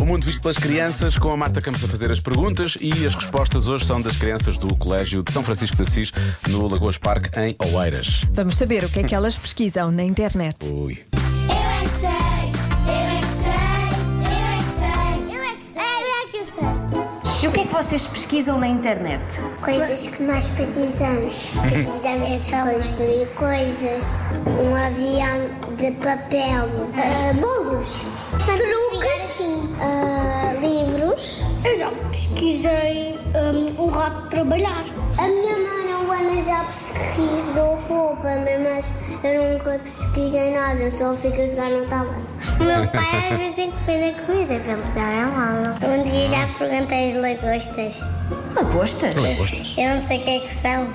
O mundo visto pelas crianças, com a Marta Campos a fazer as perguntas e as respostas hoje são das crianças do Colégio de São Francisco de Assis, no Lagoas Parque, em Oeiras. Vamos saber o que é que elas pesquisam na internet. Ui. Eu é que sei, eu é que sei, eu é que sei, eu é que sei, eu é que sei. E o que é que vocês pesquisam na internet? Coisas que nós precisamos. Precisamos construir coisas. Um avião de papel. Ah, bolos. Truques. Sim. assim, ah, livros. Eu já pesquisei um, rato de trabalhar. A minha mãe, o Ana, já pesquisou roupa, mas eu nunca pesquisei nada, só fico a jogar no tablet. O meu pai assim às vezes encomenda comida para me dar a aula. Um dia já perguntei as lagostas. Lagostas? Eu não sei o que é que são.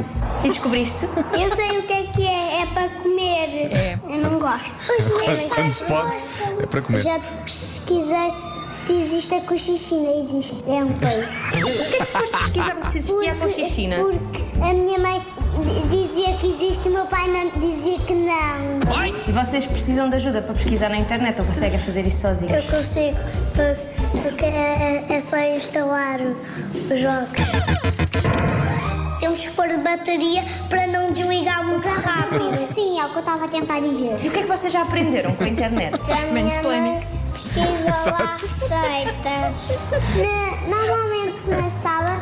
E descobriste? Eu sei o que é que é, é para comer. É. Eu não gosto. Os meus Quando pais se pode, gostam. é para comer. Já pesquisei se existe a cochichina, existe. É um país. O que é que depois pesquisamos se existia a cochichina? Porque a minha mãe di- dizia que existe, o meu pai não dizia que não. E vocês precisam de ajuda para pesquisar na internet ou conseguem fazer isso sozinhos? consigo, porque é, só instalar os jogos. Temos que pôr bateria para não desligar muito rápido. Sim, é o que eu estava a tentar dizer. E o que é que vocês já aprenderam com a internet? Mansplaining. Pesquisa lá receitas. normalmente na sala,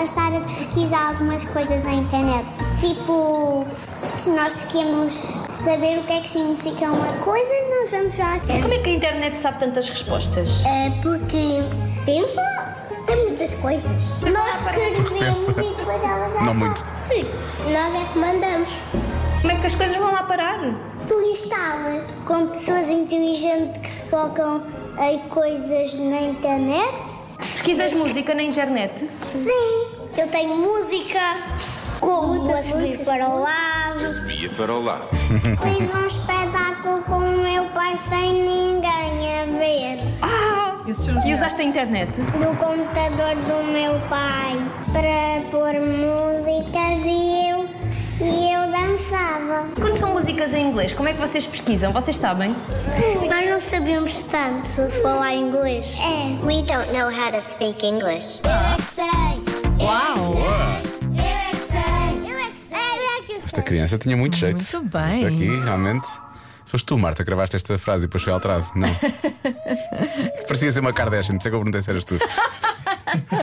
a Sara pesquisa algumas coisas na internet. Tipo, se nós queremos saber o que é que significa uma coisa, nós vamos já. Como é que a internet sabe tantas respostas? É porque pensa, tem muitas coisas. Nós escrevemos e depois elas já Não sabem. muito. Sim. Nós é que mandamos. Como é que as coisas vão lá parar? Tu instalas com pessoas inteligentes que colocam aí coisas na internet. Pesquisas música na internet? Sim. Eu tenho música como a subir para o lado. Via para o lado. Fiz um espetáculo com o meu pai sem ninguém a ver. Ah! Esses são os E usaste a internet? Do computador do meu pai para pôr músicas e eu, e eu dançava. Quando são músicas em inglês, como é que vocês pesquisam? Vocês sabem? Nós não sabemos tanto falar inglês. É. We don't know how to speak English. é Uau! é Esta criança tinha muito jeito. Muito bem. Isto aqui, realmente. Foste tu, Marta, que gravaste esta frase e depois é foi alterado. Não. Parecia ser uma Kardashian, não sei que eu perguntei se eras tu.